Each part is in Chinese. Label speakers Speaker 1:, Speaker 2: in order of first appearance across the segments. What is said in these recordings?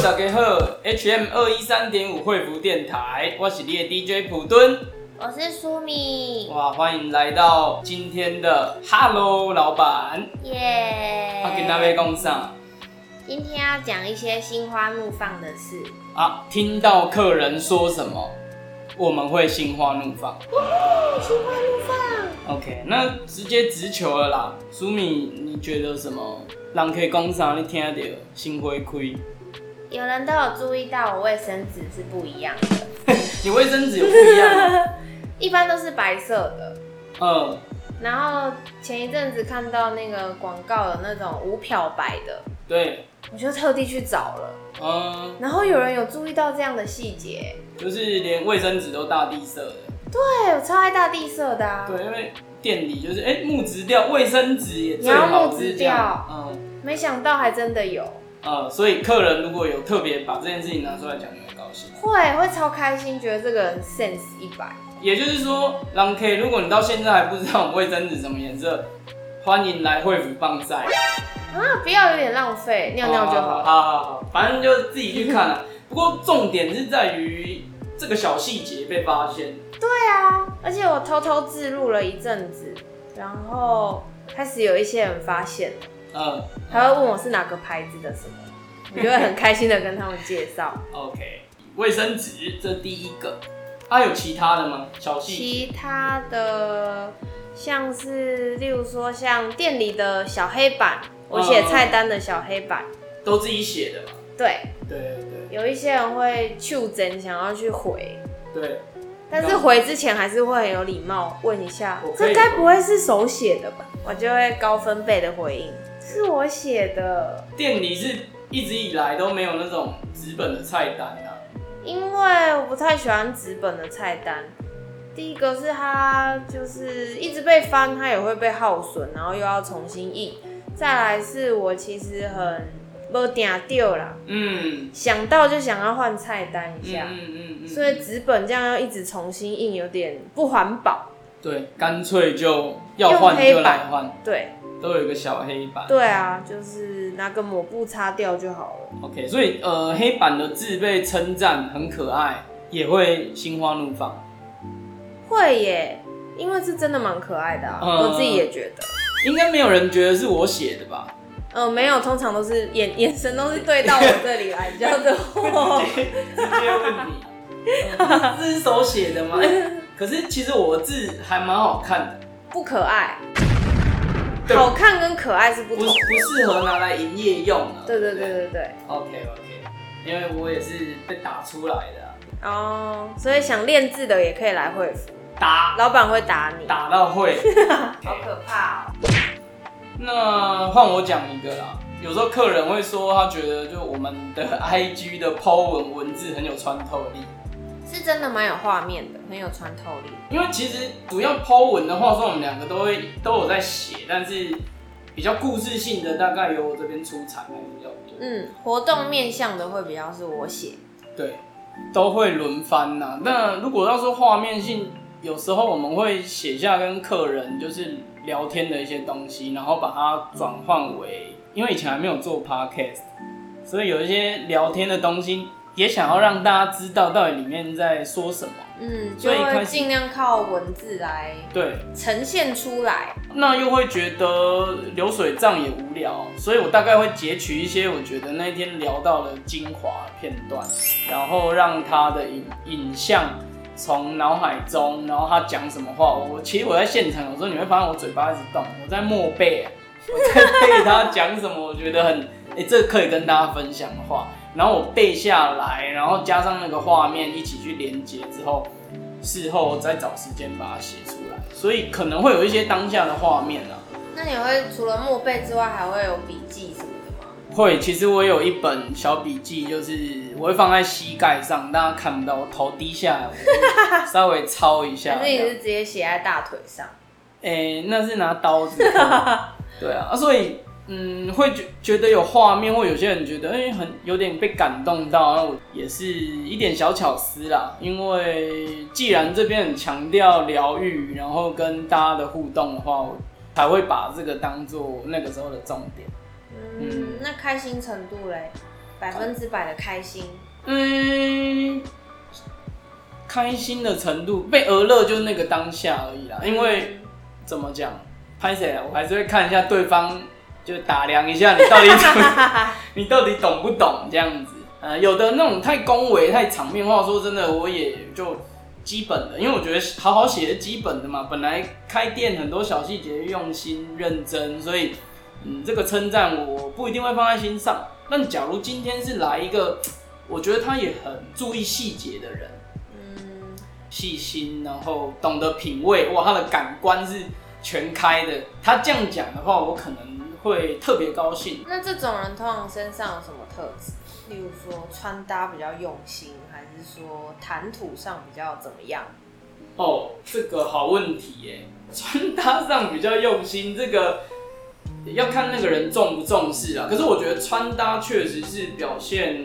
Speaker 1: 大家好，HM 二一三点五惠福电台，我是你的 DJ 普敦。
Speaker 2: 我是苏米，
Speaker 1: 哇，欢迎来到今天的 Hello 老板。
Speaker 2: 耶、
Speaker 1: 啊，跟大家讲上
Speaker 2: 今天要讲一些心花怒放的事，
Speaker 1: 啊，听到客人说什么，我们会心花怒放。
Speaker 2: 心花怒放。
Speaker 1: OK，那直接直球了啦。苏米，你觉得什么？人可以讲啥？你听得到心会亏。
Speaker 2: 有人都有注意到我卫生纸是不一样的，
Speaker 1: 你卫生纸有不一样 吗？
Speaker 2: 一般都是白色的。
Speaker 1: 嗯，
Speaker 2: 然后前一阵子看到那个广告有那种无漂白的，
Speaker 1: 对，
Speaker 2: 我就特地去找了。
Speaker 1: 嗯，
Speaker 2: 然后有人有注意到这样的细节，
Speaker 1: 就是连卫生纸都大地色的。
Speaker 2: 对我超爱大地色的啊。
Speaker 1: 对，因为店里就是哎、木质调，卫生纸也最
Speaker 2: 然后
Speaker 1: 好
Speaker 2: 木
Speaker 1: 是
Speaker 2: 质
Speaker 1: 这样
Speaker 2: 调，
Speaker 1: 嗯
Speaker 2: 没想到还真的有，
Speaker 1: 呃，所以客人如果有特别把这件事情拿出来讲，你会高兴。
Speaker 2: 会会超开心，觉得这个人 sense 一百。
Speaker 1: 也就是说，狼 K，如果你到现在还不知道我们卫生纸什么颜色，欢迎来惠福棒赛，
Speaker 2: 啊，不要有点浪费，尿尿就好
Speaker 1: 哦
Speaker 2: 了。
Speaker 1: 好好好，反正就自己去看了、啊 不过重点是在于这个小细节被发现，
Speaker 2: 对啊，而且我偷偷自录了一阵子，然后开始有一些人发现了，
Speaker 1: 嗯
Speaker 2: 还会问我是哪个牌子的什么，我就会很开心的跟他们介绍。
Speaker 1: ，OK，卫生纸这第一个，还、有其他的吗？小细节
Speaker 2: 其他的像是，例如说像店里的小黑板，我写菜单的小黑板，
Speaker 1: 都自己写的嘛？
Speaker 2: 对，
Speaker 1: 对对
Speaker 2: 有一些人会去整，想要去回。
Speaker 1: 对对。
Speaker 2: 但是回之前还是会很有礼貌问一下
Speaker 1: 我，可
Speaker 2: 这
Speaker 1: 以
Speaker 2: 该不会是手写的吧？我就会高分贝的回应，是我写的，
Speaker 1: 店里是一直以来都没有那种纸本的菜单啊。
Speaker 2: 因为我不太喜欢纸本的菜单。第一个是它就是一直被翻，它也会被耗损，然后又要重新印。再来是我其实很没定掉啦，
Speaker 1: 嗯，
Speaker 2: 想到就想要换菜单一
Speaker 1: 嗯
Speaker 2: 下，
Speaker 1: 嗯嗯，
Speaker 2: 啊所以纸本这样要一直重新印有点不环保。
Speaker 1: 对，干脆就要换就来换，
Speaker 2: 对，
Speaker 1: 都有一个小黑板。
Speaker 2: 对啊，就是拿个抹布擦掉就好了。
Speaker 1: OK，所以呃，黑板的字被称赞很可爱，也会心花怒放。
Speaker 2: 会耶，因为是真的蛮可爱的、啊，
Speaker 1: 嗯
Speaker 2: 我自己也觉得。
Speaker 1: 应该没有人觉得是我写的 吧？
Speaker 2: 嗯、没有，通常都是眼 眼神都是对到我这里来，你知道的。
Speaker 1: 直接直接问你，呃这是手写 的吗？哎可是其实我的字还蛮好看的，
Speaker 2: 不可爱，
Speaker 1: 对
Speaker 2: 好看跟可爱是不
Speaker 1: 不
Speaker 2: 同
Speaker 1: 不
Speaker 2: 的。
Speaker 1: 适合拿来营业用啊。
Speaker 2: 对对
Speaker 1: 不
Speaker 2: 对对对。
Speaker 1: OK OK，因为我也是被打出来的啊、
Speaker 2: 哦，所以想练字的也可以来惠服，
Speaker 1: 打
Speaker 2: 老板会打你。
Speaker 1: 打到 会。
Speaker 2: 好可怕哦。
Speaker 1: 那换我讲一个啦，有时候客人会说他觉得就我们的 IG 的 po 文文字很有穿透力，
Speaker 2: 是真的蛮有画面的，很有穿透力。
Speaker 1: 因为其实主要 po 文的话，说我们两个都会都有在写，但是比较故事性的大概由我这边出产还是比较多。
Speaker 2: 嗯，活动面向的会比较是我写。
Speaker 1: 对，都会轮番呐、那如果要说画面性，有时候我们会写下跟客人就是聊天的一些东西，然后把它转换为，因为以前还没有做 podcast，所以有一些聊天的东西，也想要让大家知道到底里面在说什么。
Speaker 2: 嗯，就
Speaker 1: 所以开
Speaker 2: 会
Speaker 1: 始
Speaker 2: 尽量靠文字来
Speaker 1: 对，
Speaker 2: 呈现出来。
Speaker 1: 那又会觉得流水账也无聊，所以我大概会截取一些我觉得那天聊到的精华片段，然后让他的影影像从脑海中，然后他讲什么话，我其实我在现场有时候你会发现我嘴巴一直动，我在默背，啊我在背他讲什么，我觉得很，哎、这可以跟大家分享的话，然后我背下来，然后加上那个画面一起去连接之后，事后再找时间把它写出来，所以可能会有一些当下的画面啊。
Speaker 2: 那你会除了默背之外，还会有笔记什么的吗？
Speaker 1: 会，其实我有一本小笔记，就是我会放在膝盖上，大家看不到，我头低下来，我就稍微抄一下。
Speaker 2: 还是你是直接写在大腿上？
Speaker 1: 诶、哎那是拿刀子的。对啊，啊所以嗯，会觉觉得有画面，或有些人觉得哎、诶很有点被感动到，那我也是一点小巧思啦。因为既然这边很强调疗愈，然后跟大家的互动的话，我才会把这个当做那个时候的重点。
Speaker 2: 嗯嗯，那开心程度嘞？百分之百的开心，
Speaker 1: 嗯，开心的程度被讹乐就是那个当下而已啦，因为
Speaker 2: 嗯
Speaker 1: 怎么讲，拍谁啊，我还是会看一下对方，就打量一下你到底怎么，你到底懂不懂这样子。呃，有的那种太恭维、太场面化，说真的，我也就基本的，因为我觉得好好写是基本的嘛。本来开店很多小细节用心认真，所以嗯，这个称赞我不一定会放在心上。但假如今天是来一个，我觉得他也很注意细节的人，
Speaker 2: 嗯，
Speaker 1: 细心，然后懂得品味，哇，他的感官是全开的。他这样讲的话，我可能会特别高兴。
Speaker 2: 那这种人通常身上有什么特质？例如说穿搭比较用心，还是说谈吐上比较怎么样？
Speaker 1: 哦，这个好问题耶，穿搭上比较用心，这个要看那个人重不重视啊。可是我觉得穿搭确实是表现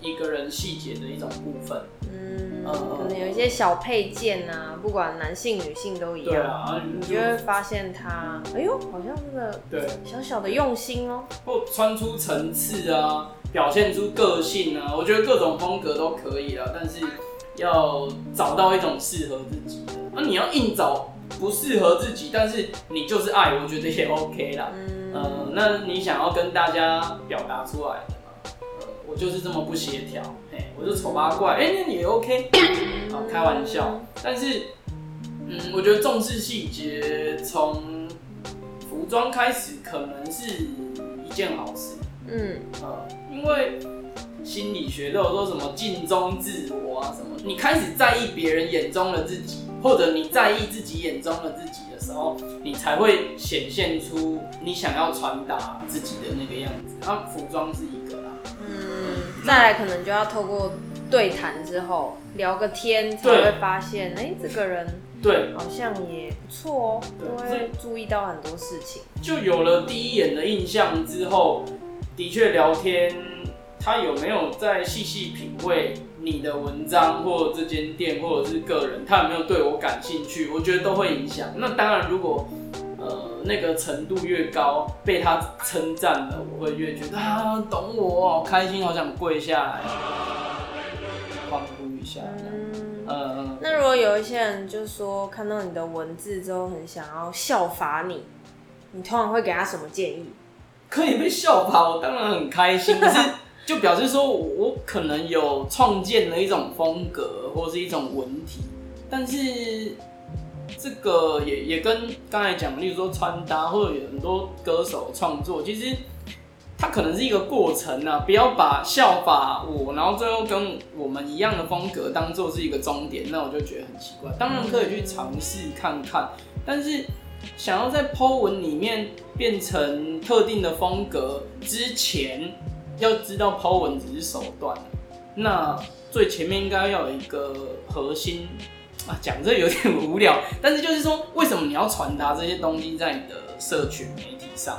Speaker 1: 一个人细节的一种部分。
Speaker 2: 嗯，
Speaker 1: 呃
Speaker 2: 可能有一些小配件啊，不管男性女性都一
Speaker 1: 对
Speaker 2: 样，
Speaker 1: 啊，
Speaker 2: 你
Speaker 1: 就
Speaker 2: 就会发现他，哎呦，好像这个
Speaker 1: 对，
Speaker 2: 小小的用心哦、
Speaker 1: 或穿出层次啊，表现出个性啊，我觉得各种风格都可以啦，但是要找到一种适合自己的。那、你要硬找不适合自己，但是你就是爱，我觉得也 OK 啦。
Speaker 2: 嗯，
Speaker 1: 呃，那你想要跟大家表达出来的嘛？呃，我就是这么不协调，哎、我就丑八怪，哎、那你也 OK，好、开玩笑。但是，嗯，我觉得重视细节，从服装开始，可能是一件好事。
Speaker 2: 嗯，
Speaker 1: 呃，因为心理学都有说什么尽忠自我啊，什么你开始在意别人眼中的自己，或者你在意自己眼中的自己的时候，你才会显现出你想要传达自己的那个样子。那服装是一个啦，
Speaker 2: 嗯，再来可能就要透过对谈之后聊个天，才
Speaker 1: 对
Speaker 2: 会发现，哎、这个人
Speaker 1: 对，
Speaker 2: 好像也不错哦、
Speaker 1: 对
Speaker 2: 都会注意到很多事情。
Speaker 1: 就有了第一眼的印象之后，的确聊天，他有没有在细细品味你的文章或这间店或者是个人，他有没有对我感兴趣，我觉得都会影响。那当然，如果呃那个程度越高，被他称赞了，我会越觉得啊懂我哦，好开心，好想跪下来欢呼一下。
Speaker 2: 嗯，
Speaker 1: 呃，
Speaker 2: 那如果有一些人就说看到你的文字之后很想要效法你，你通常会给他什么建议？
Speaker 1: 可以被笑吧，我当然很开心，可是 就表示说我我可能有创建了一种风格或是一种文体，但是这个也也跟刚才讲，例如说穿搭或者有很多歌手创作，其实它可能是一个过程啊，不要把效法我，然后最后跟我们一样的风格当做是一个终点，那我就觉得很奇怪。当然可以去尝试看看，但是想要在 Po 文里面变成特定的风格之前，要知道 Po 文只是手段，那最前面应该要有一个核心啊，讲这有点无聊，但是就是说，为什么你要传达这些东西在你的社群媒体上？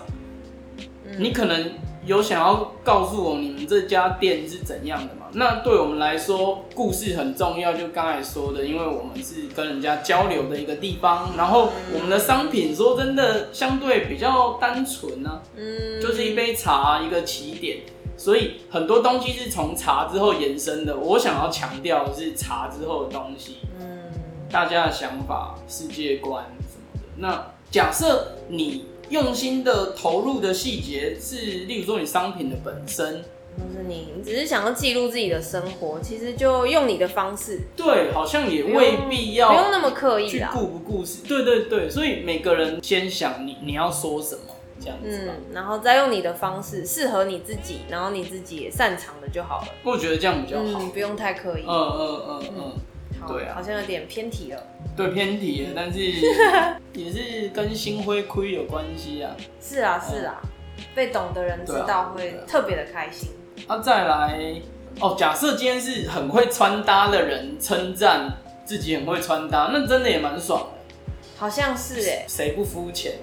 Speaker 2: 嗯
Speaker 1: 你可能有想要告诉我你们这家店是怎样的嘛？那对我们来说，故事很重要，就刚才说的，因为我们是跟人家交流的一个地方。然后
Speaker 2: 嗯
Speaker 1: 我们的商品，说真的，相对比较单纯呢、
Speaker 2: 嗯，
Speaker 1: 就是一杯茶一个起点，所以很多东西是从茶之后延伸的。我想要强调的是茶之后的东西，
Speaker 2: 嗯
Speaker 1: 大家的想法、世界观什么的。那假设你用心的投入的细节是，例如说你商品的本身，
Speaker 2: 就是你只是想要记录自己的生活，其实就用你的方式，
Speaker 1: 对，好像也
Speaker 2: 不用
Speaker 1: 未必
Speaker 2: 不用
Speaker 1: 要
Speaker 2: 那么刻意
Speaker 1: 去
Speaker 2: 啦。
Speaker 1: 顾不顾事。对对对，所以每个人先想你你要说什么这样子吧。
Speaker 2: 嗯，然后再用你的方式，适合你自己，然后你自己也擅长的就好了。
Speaker 1: 我觉得这样比较好。
Speaker 2: 嗯，不用太刻意。
Speaker 1: 嗯嗯嗯嗯，
Speaker 2: 好
Speaker 1: 对啊
Speaker 2: 好像有点偏题了。
Speaker 1: 对偏题了， 但是也是跟心灰亏有关系啊。
Speaker 2: 是啊，是啊，被懂的人知
Speaker 1: 嗯对啊
Speaker 2: 道会特别的开心。
Speaker 1: 那、再来哦，假设今天是很会穿搭的人称赞自己很会穿搭，那真的也蛮爽的，
Speaker 2: 好像是哎，
Speaker 1: 谁不肤浅？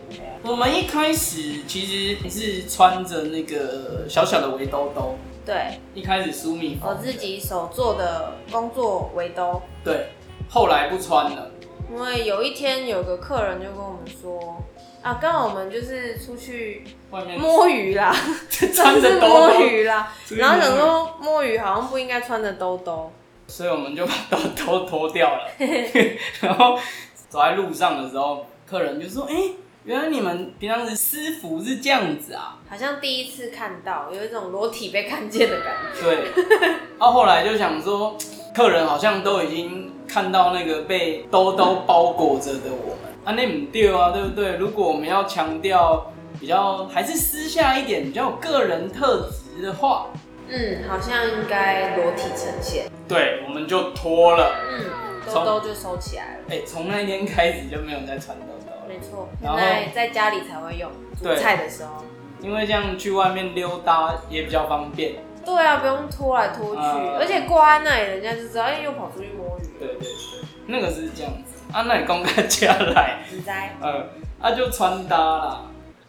Speaker 1: 我们一开始其实是穿着那个小小的围兜兜，
Speaker 2: 对
Speaker 1: 一开始苏米
Speaker 2: 我
Speaker 1: 风
Speaker 2: 自己手做的工作围兜，
Speaker 1: 对，后来不穿了，
Speaker 2: 因为有一天有个客人就跟我们说，啊，刚好我们就是出去
Speaker 1: 外面
Speaker 2: 摸鱼啦，
Speaker 1: 穿着
Speaker 2: 是
Speaker 1: 兜
Speaker 2: 摸
Speaker 1: 兜，
Speaker 2: 鱼啦，然后想说摸鱼好像不应该穿着兜兜，
Speaker 1: 所以我们就把兜兜脱掉 了。然后走在路上的时候，客人就说：“哎、原来你们平常时私服是这样子啊
Speaker 2: 好像第一次看到，有一种裸体被看见的感觉。？”
Speaker 1: 对。然后后来就想说，客人好像都已经看到那个被兜兜包裹着的我们，啊，那不对啊，对不对？如果我们要强调比较还是私下一点，比较有个人特质的话，
Speaker 2: 嗯，好像应该裸体呈现。
Speaker 1: 对，我们就脱了。
Speaker 2: 嗯，
Speaker 1: 从
Speaker 2: 兜兜就收起来了。
Speaker 1: 哎、从那一天开始就没有再穿兜兜了，
Speaker 2: 没错，原
Speaker 1: 然后
Speaker 2: 来在家里才会用，煮
Speaker 1: 对
Speaker 2: 菜的时候。
Speaker 1: 因为这样去外面溜达也比较方便。
Speaker 2: 对啊，不用拖来拖去，
Speaker 1: 嗯
Speaker 2: 而且挂在那里，人家就知道，哎、又跑出去摸鱼
Speaker 1: 对
Speaker 2: 了。
Speaker 1: 对对，那个是这样子啊。那你刚刚家来，
Speaker 2: 你在？
Speaker 1: 呃，啊就穿搭啦，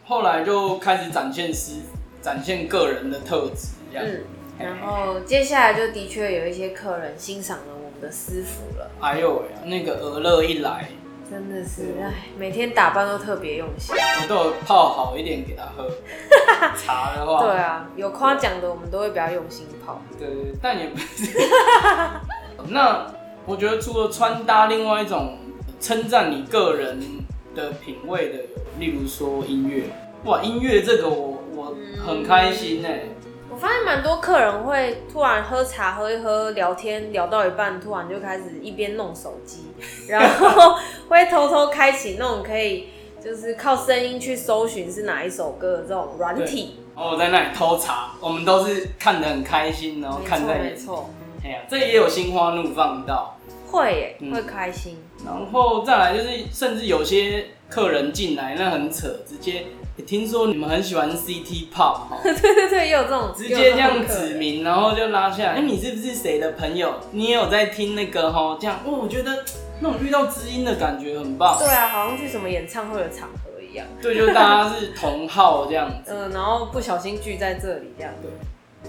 Speaker 1: 后来就开始展现私，展现个人的特质这样。
Speaker 2: 嗯，然后接下来就的确有一些客人欣赏了我们的私服了，
Speaker 1: 哎呦喂、那个鹅乐一来，
Speaker 2: 真的是，哎，每天打扮都特别用心。
Speaker 1: 我都有泡好一点给他 喝。茶的话，
Speaker 2: 对啊，有夸奖的我们都会比较用心泡。
Speaker 1: 对对对，但也不是。 那我觉得除了穿搭，另外一种称赞你个人的品味的有，例如说音乐。哇，音乐这个我我
Speaker 2: 嗯
Speaker 1: 很开心哎、
Speaker 2: 我发现蛮多客人会突然喝茶喝一喝，聊天聊到一半，突然就开始一边弄手机，然后会偷偷开启那种可以就是靠声音去搜寻是哪一首歌的这种软体。
Speaker 1: 然后哦我在那里偷茶，我们都是看得很开心，然后
Speaker 2: 没
Speaker 1: 看
Speaker 2: 错
Speaker 1: 在
Speaker 2: 没
Speaker 1: 眼里。
Speaker 2: 错，
Speaker 1: 哎呀、这也有心花怒放到。
Speaker 2: 会耶、
Speaker 1: 嗯
Speaker 2: 会开心。
Speaker 1: 然后再来就是，甚至有些客人进来，那很扯，直接、欸听说你们很喜欢 CT Pop 哈。
Speaker 2: 对对对，也有这种
Speaker 1: 直接这样
Speaker 2: 子
Speaker 1: 指明，然后就拉下来。哎、你是不是谁的朋友？你也有在听那个吼？这样，哦，我觉得那种遇到知音的感觉很棒。
Speaker 2: 对啊，好像去什么演唱会的场合一样。
Speaker 1: 对，就大家是同号这样子。
Speaker 2: 嗯、然后不小心聚在这里这样。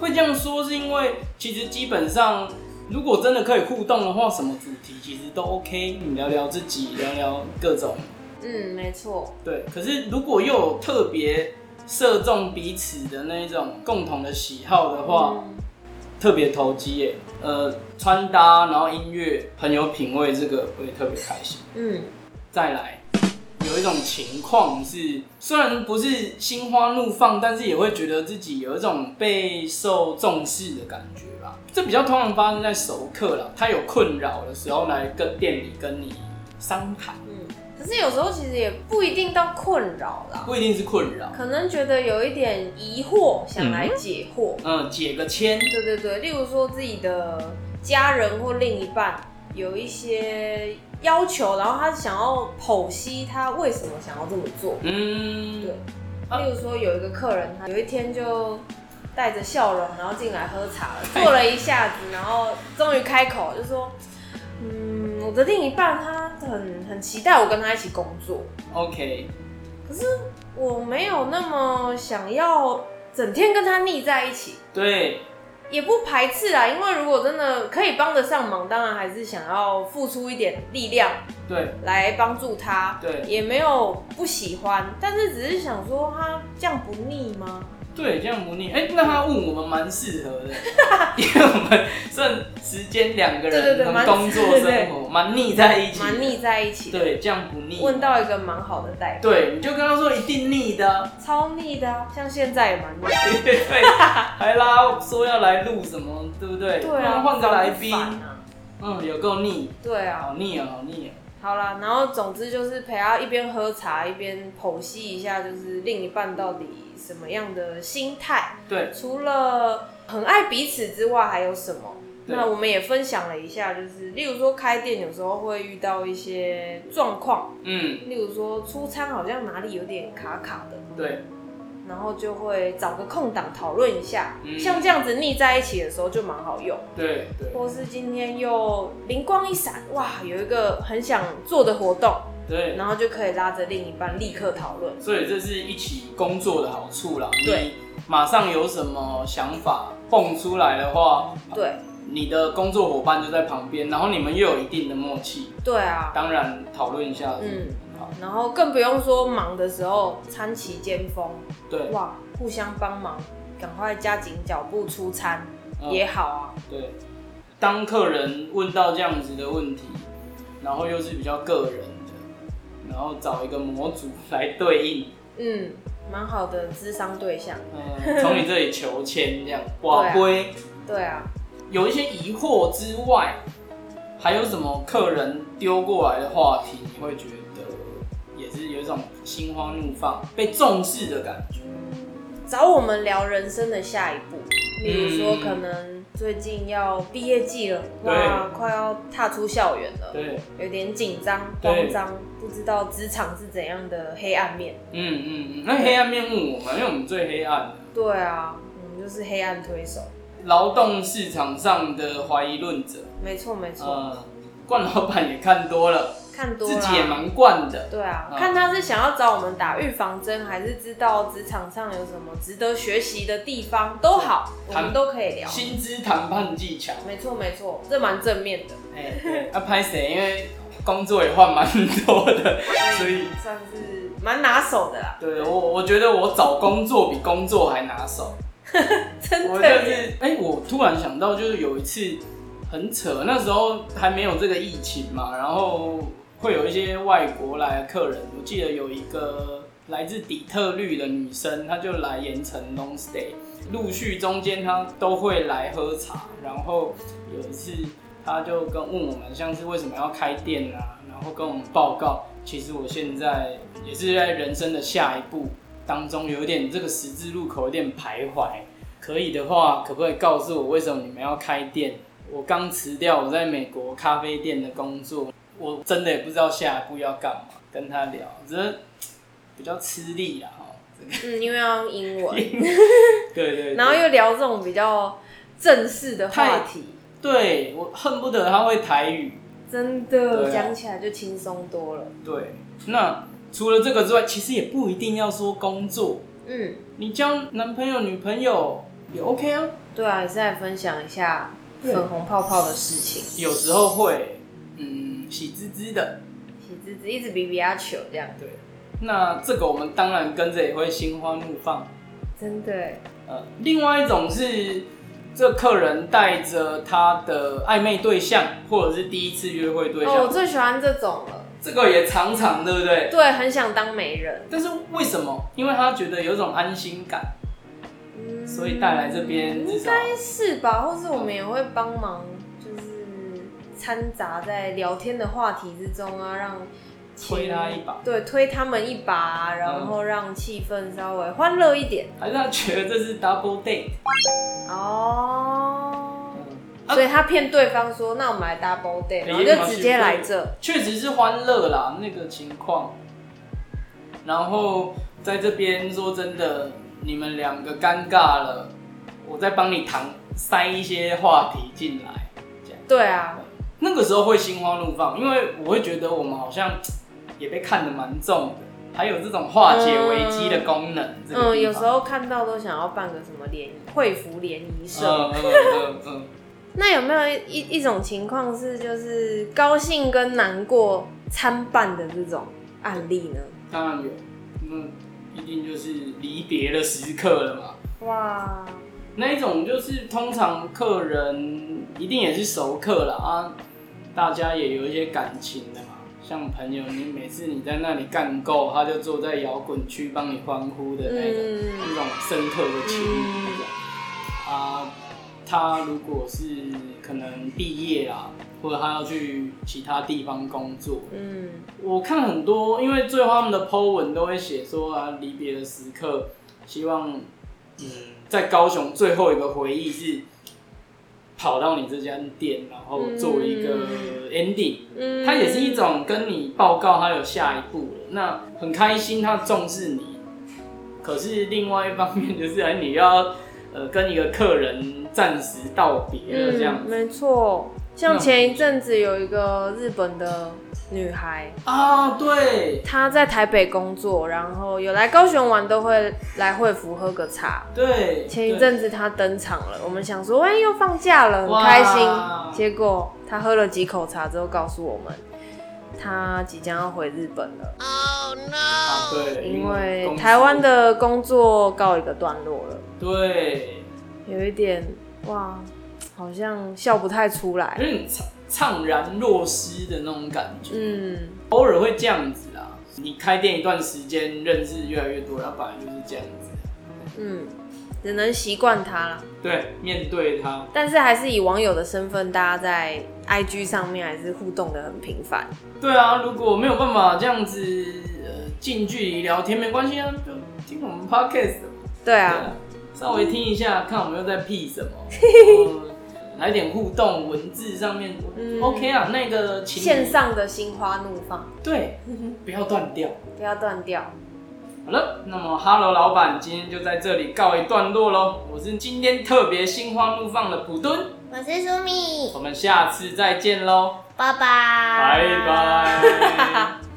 Speaker 1: 会这样说是因为，其实基本上，如果真的可以互动的话，什么主题其实都 OK。你聊聊自己，聊聊各种。
Speaker 2: 嗯，没错。
Speaker 1: 对，可是如果又有特别射中彼此的那一种共同的喜好的话，
Speaker 2: 嗯
Speaker 1: 特别投机耶，呃，穿搭，然后音乐很有品味，这个我也特别开心。
Speaker 2: 嗯，
Speaker 1: 再来，有一种情况是，虽然不是心花怒放，但是也会觉得自己有一种备受重视的感觉吧。这比较通常发生在熟客啦，他有困扰的时候来跟店里跟你商谈，
Speaker 2: 嗯，可是有时候其实也不一定到困扰啦，
Speaker 1: 不一定是困扰，
Speaker 2: 可能觉得有一点疑惑，想来解惑。
Speaker 1: 嗯，解个签，
Speaker 2: 对对对，例如说自己的家人或另一半有一些要求，然后他想要剖析他为什么想要这么做。
Speaker 1: 嗯，
Speaker 2: 对
Speaker 1: 啊
Speaker 2: 例如说有一个客人，他有一天就带着笑容，然后进来喝茶了，坐了一下子，然后终于开口就说：“嗯，我的另一半他很很期待我跟他一起工作。”
Speaker 1: OK，
Speaker 2: 我没有那么想要整天跟他腻在一起，
Speaker 1: 对，
Speaker 2: 也不排斥啦。因为如果真的可以帮得上忙，当然还是想要付出一点力量
Speaker 1: 对，
Speaker 2: 来帮助他。
Speaker 1: 对
Speaker 2: 也没有不喜欢，但是只是想说他这样不腻吗？
Speaker 1: 对，这样不腻。哎、那他问我们蛮适合的， 因为我们算时间两个
Speaker 2: 对对
Speaker 1: 人
Speaker 2: 对蛮
Speaker 1: 能工作生活蛮腻在一起，
Speaker 2: 蛮腻在一起的。
Speaker 1: 对，这样不腻。
Speaker 2: 问到一个蛮好的代表，
Speaker 1: 对，你就跟他说一定腻 的啊，
Speaker 2: 超腻的啊，像现在也蛮腻。
Speaker 1: 对，还拉说要来录什么，对不对？
Speaker 2: 对
Speaker 1: 不然
Speaker 2: 啊，
Speaker 1: 换个来宾
Speaker 2: 很，烦啊。
Speaker 1: 嗯，有够腻，
Speaker 2: 对啊，
Speaker 1: 好腻啊，好腻啊。
Speaker 2: 好啦，然后总之就是陪他一边喝茶一边剖析一下，就是另一半到底什么样的心态，
Speaker 1: 对，
Speaker 2: 除了很爱彼此之外还有什么？
Speaker 1: 对
Speaker 2: 那我们也分享了一下，就是例如说开店有时候会遇到一些状况，
Speaker 1: 嗯，
Speaker 2: 例如说出餐好像哪里有点卡卡的，
Speaker 1: 对，
Speaker 2: 然后就会找个空档讨论一下，
Speaker 1: 嗯
Speaker 2: 像这样子腻在一起的时候就蛮好用。
Speaker 1: 对，对，
Speaker 2: 或是今天又灵光一闪，哇，有一个很想做的活动，
Speaker 1: 对。
Speaker 2: 然后就可以拉着另一半立刻讨论。
Speaker 1: 所以这是一起工作的好处啦。
Speaker 2: 对，
Speaker 1: 马上有什么想法蹦出来的话，
Speaker 2: 对，
Speaker 1: 你的工作伙伴就在旁边，然后你们又有一定的默契，
Speaker 2: 对啊，
Speaker 1: 当然讨论一下，嗯，
Speaker 2: 嗯，
Speaker 1: 好，
Speaker 2: 然后更不用说忙的时候餐旗兼锋，
Speaker 1: 对
Speaker 2: 哇，互相帮忙，赶快加紧脚步出餐、
Speaker 1: 嗯
Speaker 2: 也好啊。
Speaker 1: 对。当客人问到这样子的问题，然后又是比较个人的，然后找一个模组来对应，
Speaker 2: 嗯，蛮好的智商对象。
Speaker 1: 嗯，从你这里求签这样，
Speaker 2: 啊
Speaker 1: 哇龟。
Speaker 2: 对啊，
Speaker 1: 有一些疑惑之外，还有什么客人丢过来的话题，你会觉得也是有一种心花怒放、被重视的感觉？
Speaker 2: 找我们聊人生的下一步，例如说
Speaker 1: 嗯
Speaker 2: 可能最近要毕业季了，
Speaker 1: 对
Speaker 2: 哇，快要踏出校园了，
Speaker 1: 对，
Speaker 2: 有点紧张、
Speaker 1: 对
Speaker 2: 慌张，不知道职场是怎样的黑暗面。
Speaker 1: 嗯嗯嗯，那黑暗面问我们，因为我们最黑暗的
Speaker 2: 对啊，我们就是黑暗推手。
Speaker 1: 劳动市场上的怀疑论者，
Speaker 2: 没错没错，
Speaker 1: 呃，冠老板也看多了，
Speaker 2: 看多
Speaker 1: 自
Speaker 2: 了。啊
Speaker 1: 己也蛮惯的，
Speaker 2: 对啊，
Speaker 1: 嗯
Speaker 2: 看他是想要找我们打预防针，还是知道职场上有什么值得学习的地方，都好，我
Speaker 1: 谈
Speaker 2: 们都可以聊。
Speaker 1: 薪资谈判技巧，
Speaker 2: 没错没错，这蛮正面的，
Speaker 1: 哎、对啊拍谁？因为工作也换蛮多的，所以
Speaker 2: 算是蛮拿手的啦。
Speaker 1: 对我，我觉得我找工作比工作还拿手。
Speaker 2: 真
Speaker 1: 我就
Speaker 2: 的耶，
Speaker 1: 是，哎、我突然想到，就是有一次很扯，那时候还没有这个疫情嘛，然后会有一些外国来的客人，我记得有一个来自底特律的女生，她就来盐城 long stay，陆续中间她都会来喝茶，然后有一次她就跟问我们，像是为什么要开店啊，然后跟我们报告，其实我现在也是在人生的下一步当中，有点这个十字路口有点徘徊。可以的话，可不可以告诉我为什么你们要开店？我刚辞掉我在美国咖啡店的工作，我真的也不知道下一步要干嘛。跟他聊，只是比较吃力啦，哦哈。
Speaker 2: 嗯，因为要用英 文，
Speaker 1: 对对对
Speaker 2: 然后又聊这种比较正式的话题，
Speaker 1: 对我恨不得他会台语。
Speaker 2: 真
Speaker 1: 对
Speaker 2: 的
Speaker 1: 啊
Speaker 2: 讲起来就轻松多了。
Speaker 1: 对，那除了这个之外，其实也不一定要说工作，
Speaker 2: 嗯，
Speaker 1: 你交男朋友、女朋友也 OK 啊。
Speaker 2: 对啊，也是来分享一下
Speaker 1: 对
Speaker 2: 粉红泡泡的事情，
Speaker 1: 有时候会，嗯，喜滋滋的。
Speaker 2: 喜滋滋一直比比阿球这样，
Speaker 1: 对，那这个我们当然跟着也会心花怒放。
Speaker 2: 真的耶，
Speaker 1: 呃，另外一种是这客人带着他的暧昧对象，或者是第一次约会对
Speaker 2: 哦，
Speaker 1: 象，
Speaker 2: 我最喜欢这种了，
Speaker 1: 这个也常常，对不对？
Speaker 2: 对，很想当媒人，
Speaker 1: 但是为什么？因为他觉得有一种安心感，
Speaker 2: 嗯
Speaker 1: 所以带来这边至
Speaker 2: 应
Speaker 1: 少
Speaker 2: 该是吧，或是我们也会帮忙，就是掺杂在聊天的话题之中啊，让情
Speaker 1: 推他一把，嗯
Speaker 2: 对，推他们一把啊，然后让气氛稍微欢乐一点
Speaker 1: 还是他觉得这是 double date，、
Speaker 2: 哦。
Speaker 1: 嗯、啊
Speaker 2: 所以他骗对方说，那我们来 double date，
Speaker 1: 哎
Speaker 2: 然后就直接来这，
Speaker 1: 确实是欢乐啦那个情况。然后在这边说真的，你们两个尴尬了，我再帮你搪塞一些话题进来。
Speaker 2: 对啊，
Speaker 1: 那个时候会心花怒放，因为我会觉得我们好像也被看得蛮重的，还有这种化解危机的功能。这个地方
Speaker 2: 嗯，有时，候看到都想要办个什么联谊会服联谊社。
Speaker 1: 嗯嗯嗯嗯，
Speaker 2: 那有没有一一一种情况是，就是高兴跟难过参半的这种案例呢？
Speaker 1: 当然有，那一定就是离别的时刻了嘛。
Speaker 2: 哇，
Speaker 1: 那一种就是通常客人一定也是熟客了啊，大家也有一些感情的嘛。像朋友，你每次你在那里干够，他就坐在摇滚区帮你欢呼的那种，
Speaker 2: 嗯
Speaker 1: 那种深刻的情谊。
Speaker 2: 嗯
Speaker 1: 啊，他如果是可能毕业啦，或者他要去其他地方工作，
Speaker 2: 嗯，
Speaker 1: 我看很多，因为最后他们的 Po 文都会写说啊，离别的时刻，希望嗯，在高雄最后一个回忆是跑到你这家店，然后做一个 ending，、
Speaker 2: 嗯
Speaker 1: 它也是一种跟你报告他有下一步了，那很开心他重视你，可是另外一方面就是哎，你要呃跟一个客人暂时道别了这样
Speaker 2: 嗯，没错，像前一阵子有一个日本的女孩，
Speaker 1: 啊，对
Speaker 2: 她在台北工作，然后有来高雄玩都会来惠福喝个茶。
Speaker 1: 对，
Speaker 2: 前一阵子她登场了，我们想说，哎、又放假了，很
Speaker 1: 哇
Speaker 2: 开心。结果她喝了几口茶之后，告诉我们，她即将要回日本了，
Speaker 1: 对啊对，
Speaker 2: 因为
Speaker 1: 公司
Speaker 2: 台湾的工作告一个段落了，
Speaker 1: 对
Speaker 2: 有一点哇，好像笑不太出来
Speaker 1: 有。点怅怅然若失的那种感觉，
Speaker 2: 嗯，
Speaker 1: 偶尔会这样子啦。你开店一段时间，认识越来越多，然后本来就是这样子。
Speaker 2: 嗯，只能习惯它了。
Speaker 1: 对，面对它，
Speaker 2: 但是还是以网友的身份，大家在 IG 上面还是互动的很频繁。
Speaker 1: 对啊，如果没有办法这样子呃近距离聊天，没关系啊，就听我们 podcast 吧。
Speaker 2: 对
Speaker 1: 对
Speaker 2: 啊
Speaker 1: 啊，，稍微听一下，看我们又在 屁什么，然后来点互动，文字上面、
Speaker 2: 嗯
Speaker 1: OK 啊，那个情侣
Speaker 2: 线上的心花怒放，
Speaker 1: 对，不要断掉。
Speaker 2: 不要断掉。
Speaker 1: 好了，那么 Hello 老板今天就在这里告一段落喽。我是今天特别心花怒放的普敦，
Speaker 3: 我是苏米，
Speaker 1: 我们下次再见喽，
Speaker 3: 拜拜，
Speaker 1: 拜拜。